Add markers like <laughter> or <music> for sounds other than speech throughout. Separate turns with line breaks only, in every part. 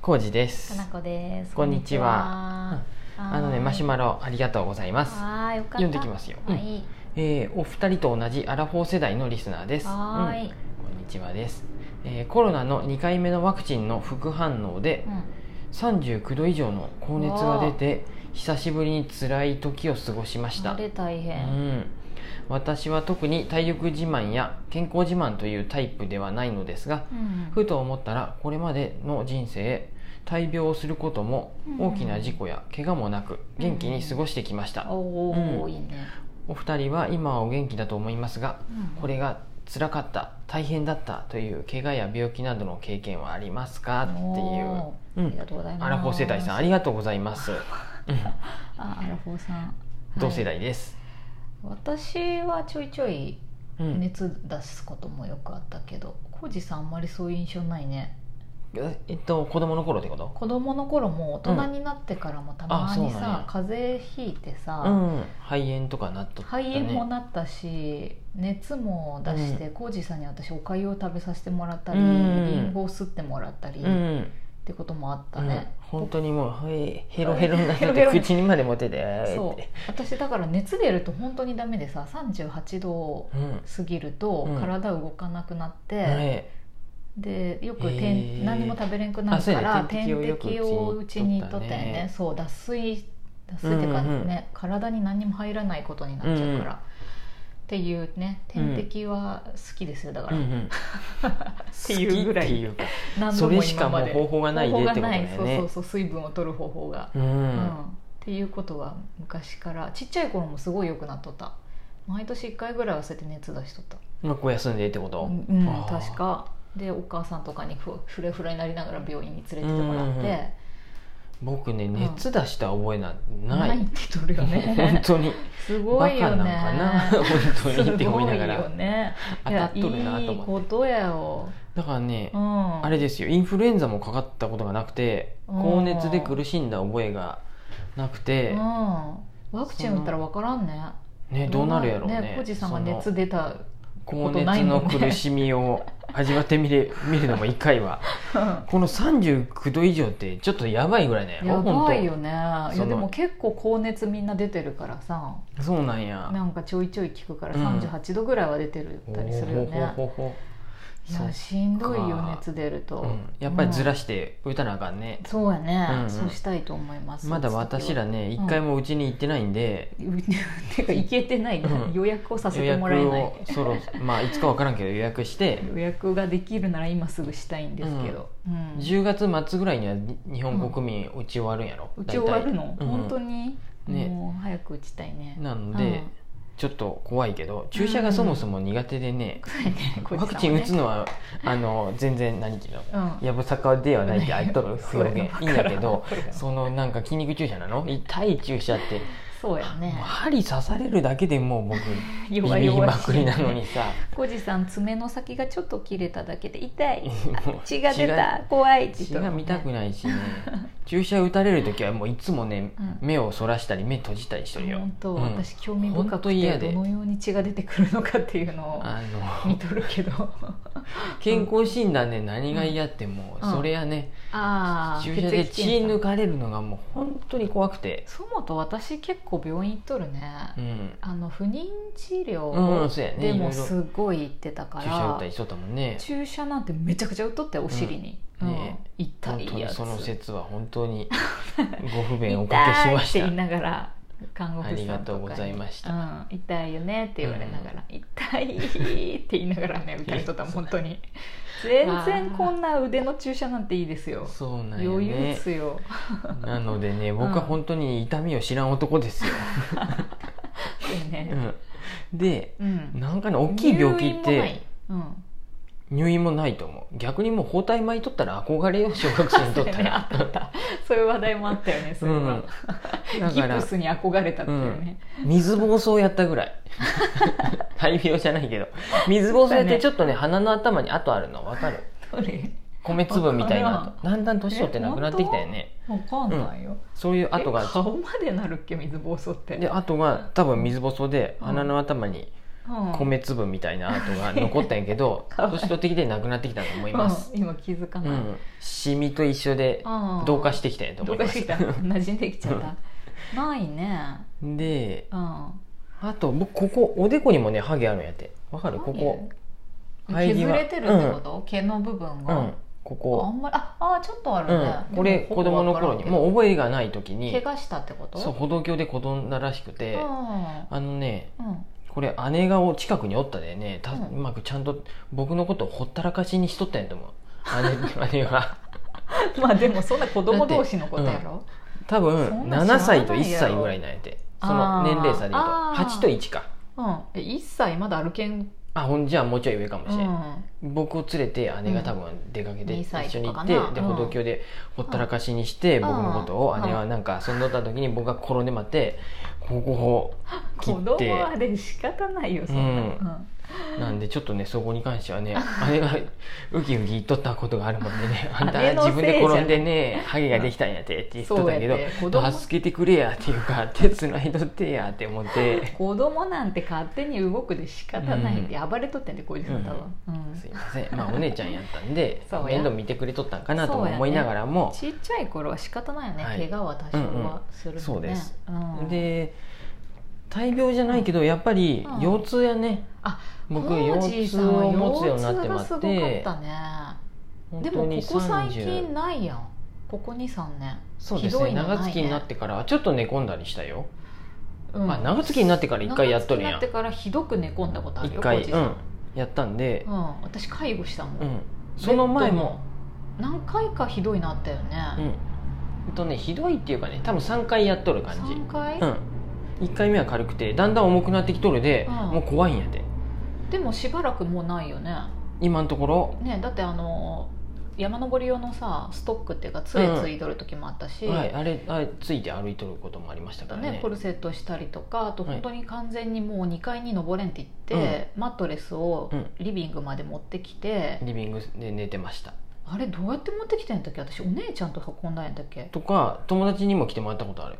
コウジです
かなこです。
こんにちは
こんにちは。
あのねマシュ
ロ。
マロありがとうございます
あーよかった。
読んできますようん
はい。
えーお二人と同じアラフォー世代のリスナーです
はー
うん
い。
こんにちはです、えーコロナの2回目のワクチンの副反応で
うん
39度以上の高熱が出て久しぶりに辛い時を過ごしました
あれ大
う
変。
ん、私は特に体力自慢や健康自慢というタイプではないのですが
うん
ふと思ったらこれまでの人生大病をすることも
うん
大きな事故や怪我もなく
うん
元気に過ごしてきました、う
おお
ん
いいね。
お二人は今はお元気だと思いますがこれが辛かった大変だったという怪我や病気などの経験はありますかっていう
て
うん
ありがとうございます。
アラフォー世代さんありがとうございます、
<laughs>
うん
あアラフォーさん。
同世
は
代
い。
です、
私はちょいちょい
うん
熱出すこともよくあったけど、コウジさんあんまりそういう印象ないね。
えっと子供の頃ってこと
子供の頃も大人になってからもたま
うんあそうな
に
ん
さ
や、
風邪ひいてさ。
うん肺炎とかなっとった
肺炎もなったし熱も出して浩二、さんに私お粥を食べさせてもらったり、
うん
リンゴを吸ってもらったり、
う
っ
ん
てこともあった
うん
ね、、
本当にもうはいヘロヘロになっ
ヘ
て
ロヘ
て
ロ
口にまで持ってて
そう
って
私だから熱出ると本当にダメでさ38度を
うん
過ぎると
うん
体動かなくなって、
ね
でよく
へ
点、
ー
何も食べれんくな
あ
る
そう
か
やね
ら
点
点
滴をよく
滴をう
うち
ち
に
に
取
取
っ
ったた
ね
よねそう脱水脱水っていうかね、
うんうんうん
体に何にも入らないことになっちゃうから、っていうね点滴は好きですよだか
う
ら、
んうん
ていうぐらい
好きっていうか
何
そ
度
れ
も
しか
今
も
ま
う
で
方法がないでってことだよ
方法がないそう
ね
そうそう水分を取る方法が、
う
うん
ん
っていうことは昔からちっちゃい頃もすごい良くなっとった毎年1回ぐらいはそうやって熱出しとった
学校休んでってこと
うんうん
あー
確かでお母さんとかにふフレフレになりながら病院に連れてってもらって、
うんうんうん僕ね熱出した覚えなんてな
ない
い
って言っとるよ
本
ね
当に
すご
バ
い
カなん
よ
か
ね
な <laughs> 本当にって思いなが
すごいよ
ら
ね
当たっとるないと
やいい
思っ
こ
て
とやよ、
だからね
うん、
あれですよインフルエンザもかかったことがなくて高熱で苦しんだ覚えがなく
うん
て
ワクチン打ったら分からんね
ねどうなるやろうね
コジさんが
その
熱出た
高
ことな
熱
いも
の
んね
苦しみを味わってみれ <laughs> 見るのも一回はこの39度以上ってちょっとやばいぐらいね
やばいよねいや
その
でも結構高熱みんな出てるからさ
ほんとそうなんや
なんかちょいちょい聞くから
うん
38度ぐらいは出てるったりするよね、
ほほほほ
い
そう
やしんどいよ熱出ると、
うんやっぱりずらして打たなあかんね
うん、そうやね、
うんうん
そうしたいと思います
まだ私らね
うん
一回もうちに行ってないんで
う <laughs> てか行けてない、
うん
予約をさせ
予
ても
約
らえない
をそろまあいつかわからんけど予約して
予約ができるなら今すぐしたいんですけど、うん
10月末ぐらいにはに日本国民打ち終わるんやろ
打ち終わるの、
大体
本当
うん
に、
ね
もう早く打ちたいね
なん
うん
でちょっと怖いけど注射がそもそも苦手でね
<laughs> そうやねこいつら
ワ
はね
クチン打つのはあの全然何て言うの
うん
やぶさかではない
<laughs>
ってあいとる
そう
表現いいんだけど
わからん
そのなんか筋肉注射なの痛い注射って、
そうや
もう
ね
針刺されるだけでもう僕ビ
弱
ビり
々
まくりなのにさ
コジさん爪の先がちょっと切れただけで痛い
もう
血が出た怖いって
血
言っ
が
とるもん
見
ね
たくない
<laughs>
しね注射打たれる時はもういつもね、
うん
目をそらしたり目閉じたりしてるよ
本当、
うん
私興味
ほ
深
ん
く
と嫌
て
で
どのように血が出てくるのかっていうの
あ
を
の
見とるけど
健康診断で何が嫌ってもう、
うん
それやね、
ああ
注射で血抜
か
かれるのがもう本当に怖くて
そう思うと私結構病院行っとるね、
うん
あの不妊治
うんそうやね
療で
いろい
も
ろ
すごい行ってたか
注射打
ら、
ったりしとったもんね
注射なんてめちゃくちゃ打っとったよお尻に、
う
うんん
ね
痛
本当
い
に
やつ
その説は本当
<laughs>
にご不
痛い
便をおかけしまし
って言い
た
ながら看護婦さんとかに
ありがとうございました
うん、痛いよねって言われながら、痛いって言いながらね打たれとった本当に全然こんな腕の注射なんていいですよ
そうなんよ
余裕っ
ね
すよ
なのでね
ん
僕は本当に痛みを知らん男ですよ、
で
う
ね、
ん、で
うん、
なんかね大きい病気っ
入院もない
て、
うん
入院もないと思う逆にもう包帯巻いとったら憧れよ小学生にとったら
<laughs> そうやねあったあったそういう話題もあったよねそれ
う
は
ん、だ
ギ
か
プ
ら
スに憧れたっていうね、
水疱瘡やったぐらい <laughs> 大病じゃないけど水疱瘡ってちょっとね鼻の頭に跡あるのわかる
どれ
米粒みたいな跡だんだん年取って
え
なくなってきたよね
わかんないよ、
そういう
あ
跡
と
が
顔までなるっけ水疱瘡って
で跡が多分水ぼそで
うん
鼻の頭に
うん
米粒みたいな跡が残ったんやけど
<laughs> かわいい
年取ってきてなくなってきたと思います
うん今気づか
う
ない、
んシミと一緒で
あー
同化してきたんやと思
ど
い
こ
ま
行っ
す
てきた馴染んできちゃ
<laughs>
ったないね
で
うん
あと僕ここおでこにもねハゲあるんやってわかるここ生え際
削れてるってこと、毛の部分
う
が、
んこ
あ
こ
んまりああーちょっとある
う
ね
ん、これ
でも
子供の頃に
ほぼ
もう覚えがない時
わから
に
んけど怪我したってこと
そう歩道橋で子供だらしくて
あ
あのね
ーうん
これ姉がお近くにおったでねた
う
うんまくちゃんと僕のことをほったらかしにしとったんやと思う姉 <laughs> 姉が
まあでも <laughs> そんな子供同士のことやろ、
多
そ
分
んな知
7
らないやろ
歳と1歳ぐらいなんやてその年齢差で言うと
あー
8と1か
うんえ1歳まだ歩けん、
あほんじゃあもうちょい上かも
う
しれん、
ん、
僕を連れて姉が多分出かけて、
うん
一緒に行っ
二歳
て、
とかかな
で
うん
歩道橋でほったらかしにして、
うん
僕のことを
うん
姉はなんか遊んどった時に僕が転んで待ってここを切
子
っ
供
て
はで仕方ないよそんな、
うんなんでちょっとねそこに関しては
<laughs>
ね姉がウキウキ言っとったことがあるもんでね「あんた
姉のせ
自
い
分
じゃな
で転
い
んでねハゲができたんやて」って言っとったけ
そうやって子
ど「
供
助けてくれや」っていうか「手つないどってや」って思って
子供なんて勝手に動くで仕方ないって、
う
暴れとってんでこいつだったわ、うん
すいませんまあお姉ちゃんやったんで
そうや
面倒見てくれとったんかなと
そう
も
やね
思いながらも
ちっちゃい頃は仕方ないよね、
はい
怪我は多少はする
うんうんそう
ね、
です
うん
で大病じゃないけどやっぱり
うん
腰痛やね
あ
僕
コー
腰
ジーさ
痛
んは
を持つようになってま
腰
っ
痛がす
て
ごかったね
本
で
当
も
に
ここ最近
30
ないやんここ23年
そうで
ひ
す
ど
ね
いの
長
ないね
月になってからちょっと寝込んだりしたよ
うん
まあ長月になってから一回やっとるん
長
や
月になってからひどく寝込んだことある
一
よ
回
コージ
う
ーさ
んやったんで
ん、うん私介護したもん、
うんその前も
何回かひどいなったよ
うん
ね、
えっとねひどいっていうかね多分3回やっとる感じ
3回、
うん1回目は軽くてだんだん重くなってきとるで
うん
もう怖いんやで
でもしばらくもうないよね
今のところ
ねだってあの山登り用のさストックっていうか杖ついとる時もあったし、
はいあれあれついて歩いとることもありましたから
ね
ね、
コルセットしたりとかあと
はい
本当に完全にもう2階に登れんって言って、マットレスを
うん
リビングまで持ってきて、
リビングで寝てました
あれどうやって持ってきてんだっけ私お姉ちゃんと運んだんやったっけ
とか友達にも来てもらったことある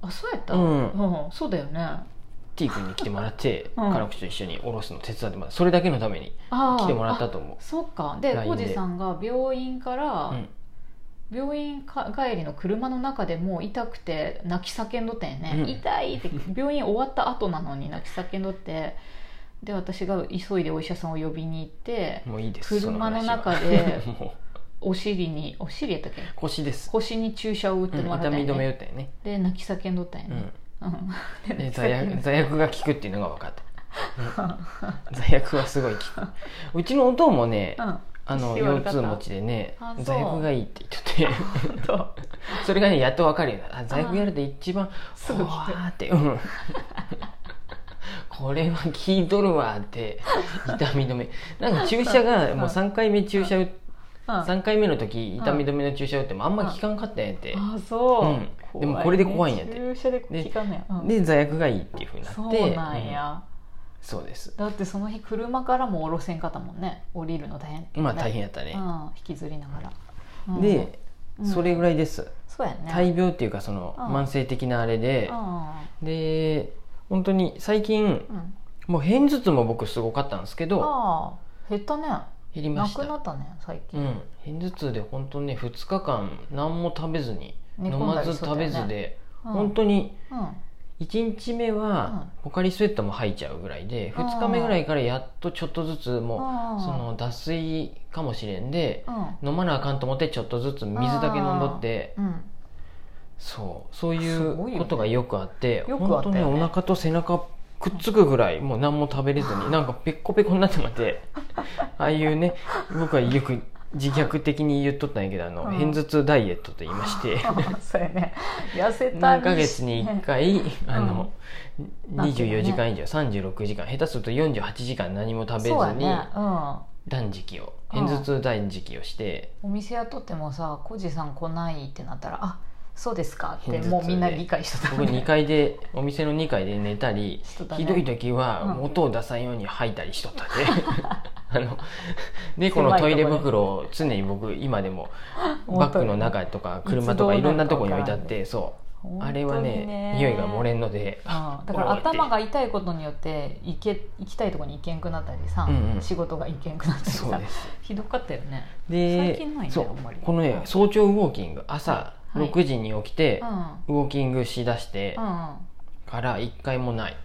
あそうやった、
うん
そうだよねあ
T 君に来てもらって、
うん
カラクチと一緒におろすの手伝ってもらったそれだけのために
あ
来てもらった
あ
と思
そうかで
LINE
浩
で
二さんが病院か
う、う
ら、
ん、
病院か帰りの車の中でもう痛くて泣き叫んどったよね、
うん
痛いって病院終わった後なのに泣き叫んどってで私が急いでお医者さんを呼びに行って
もういいです
車の
そ話は
中で
もう
お尻にお尻やったっけ
腰です、
腰に注射を打って
うん
もらった
痛
ん
み
や
止め
ね
打ったよね、
で泣き叫んどったんや
う
ね、
ん
うん <laughs>
で
で
座薬座薬が効くっていうのが分かった、うん座薬はすごい効くうちのお父もね、
うん
あの
腰悪
腰
かった
痛持ちでね
あそう
座薬がいいって言ってて
本当
<laughs> それがねやっと分かるようになったあ座薬やると一番
すぐ効く
ほわーってうん <laughs> これは効いとるわって痛み止めなんか注射がもう3回目注射打っ
うん
3回目の時痛み止めの注射打ってもあんま効かんかったんやって
あそう、
うんでもこれで怖いんやって
注射で効かんのや、うん
で座薬がいいっていうふうになって
そうなんや、
うんそうです
だってその日車からも降ろせんかったもんね降りるの大変
まあ大変やった
う
ね
ん、引きずりながら、うん
で
うん
それぐらいです
そうやね
大病っていうかその
うん
慢性的なあれで
う
で本当に最近
んうん、
もう片頭痛も僕すごかったんですけど
ああ減ったね
減りま
な
し
くな
た
ったね最
う
近、
ん片頭痛で本当ね2日間何も食べずに
寝
飲
込んだ
ま
り
ず
しとっ
食
たよね
べずで
うん、
本当に
うん、
1日目はポカリスエットも吐いちゃうぐらいで
うん
2日目ぐらいからやっとちょっとずつもうそ
そ
の脱水かもしれんで
うん
飲まなあかんと思ってちょっとずつ水だけ飲んどって
うん、
そうそうい
すごいよ
う
ね
ことがよくあって
よくあったよね
本当ねお腹と背中くっつくぐらいもう何も食べれずになんかペッコペコになってまって <laughs> ああいうね僕はよく自虐的に言っとったんやけどあの
うん
片頭痛ダイエットと言いま
<laughs>
して。
そうやね痩せた
何
り
ヶ月に1回、あの
なってるね
24時間以上36時間下手すると48時間何も食べず
そうや
に
ね、うん
断食を
うん
片頭痛断食をして、
お店やっとってもさ「コジさん来ない」ってなったら「あそうですか」っ
片
て
頭痛で
もうみんな理解しとった
僕2階でお店の2階で寝たり、
しとったね
ひどい時は
うん
音を出さんように吐いたりしと
<laughs>
ったで、あの猫のトイレ袋を常に僕今でもバッグの中とか
本当ね
車とかいろんなとこに置いてあってそう
本当に
あれはね匂いが漏れんので
ああだから
おいって
頭が痛いことによって行け行きたいところに行けんくなったりさ、
うんうん
仕事が行けんくなったり
そう
さ
です
ひどかったよね最
で
近ないね
そう
あんまり
このね早朝ウォーキング朝
はい
6時に起きて
うんうん
ウォーキングしだして
うん
から1回もない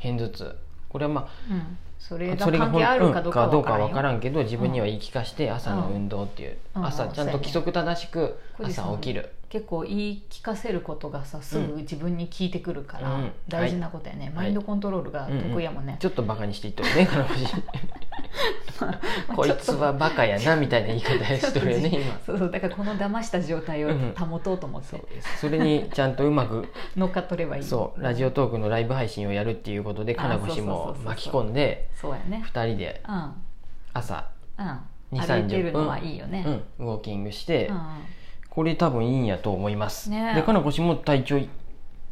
片頭痛これはま
うんそれ
あ
が
それが
関係あるかどう
う
か
んか
わ
わ
か
から
んよ
らんけど自分には言い聞かして朝の運動っていう
うんう
朝
ん
ちゃんと規則正しく
そうやね
朝起きる
結構言い聞かせることがさすぐ自分に効いてくるか
う
ら
ん
大事なことやね、
い
マインドコントロールが得意やもんね、
ちょっとバカにしていっとるね金星
<laughs> まあ
こいつはバカやなみたいな言い方し <laughs> とるよね
ちょっと
今
そうそうだからこの騙した状態を保とうと思って、
それにちゃんとうま
<laughs>
く
乗っかっとればいい
そうラジオトークのライブ配信をやるっていうことで
あ
金星も巻き込んで
そうやね
2人で
うん
朝
うん
2 3
歩いてる
0
の
分
はいいよね、
うん、ウォーキングして、
うん
これ多分いいんやと思います、
ねえ
でかなこしも体調い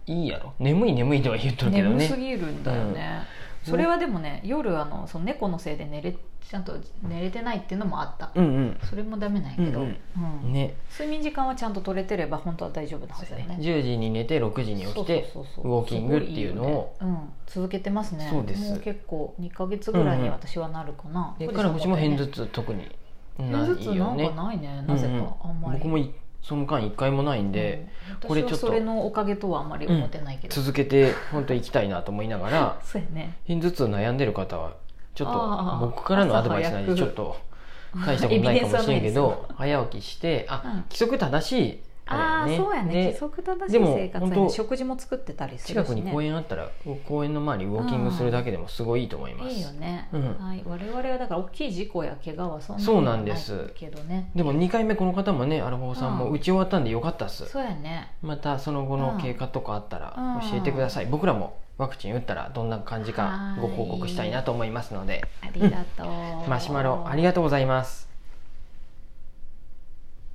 いやろ眠い眠いとは言っとるけど
眠
ね
すぎるんだよね、
うん
それはでもね夜あのその猫のせいで寝れちゃんと寝れてないっていうのもあった、
うん
それもダメなんやけど、
うんう
うん
んね
睡眠時間はちゃんと取れてれば本当は大丈夫なはずだよね
10時に寝て6時に起きて
そうそ
ウ
うそうそう
ォーキングっていうのを
すごいいいよねうん、続けてますね
そうです
もう結構2か月ぐらいに私はなるかな、
でかなこしも片頭痛
痛
特にな
片頭痛
いよ
なん
ね
かないねなぜ
うん
かあんまり、
僕もいその間一回もないんで、
うん、
これちょっと
私はそれのおかげとはあんまり思ってないけど、
続けて本当行きたいなと思いながら
そうやね
片頭痛悩んでる方はちょっ
あ
と
あ
僕からのアドバイスなんで
朝
ちょっと大
早く
したことないかもしれんけ
エビデンスはない
ど早起きしてあ、
うん
規則正しい
あ
あ
あ、
れよ
そうやね規
で
則正し
で
い
も
生活や
本
ね
当
食事も作ってたりす
近
るし
くに
ね
公園あったら公園の周りウォーキングするだけでもすごいいいと思いま
いいよ
す、
ね、
うん
はい、我々はだから大きい事故や怪我はそんなに
そうなんです
けどね
でも2回目この方もねアルフォーさんも
うん
打ち終わったんでよかったっす、
そうやね
またその後の経過とかあったら
うん
教えてください、僕らもワクチン打ったらどんな感じかご報告したいなと思いますので、
ありがとう、
マシュマロありがとうございます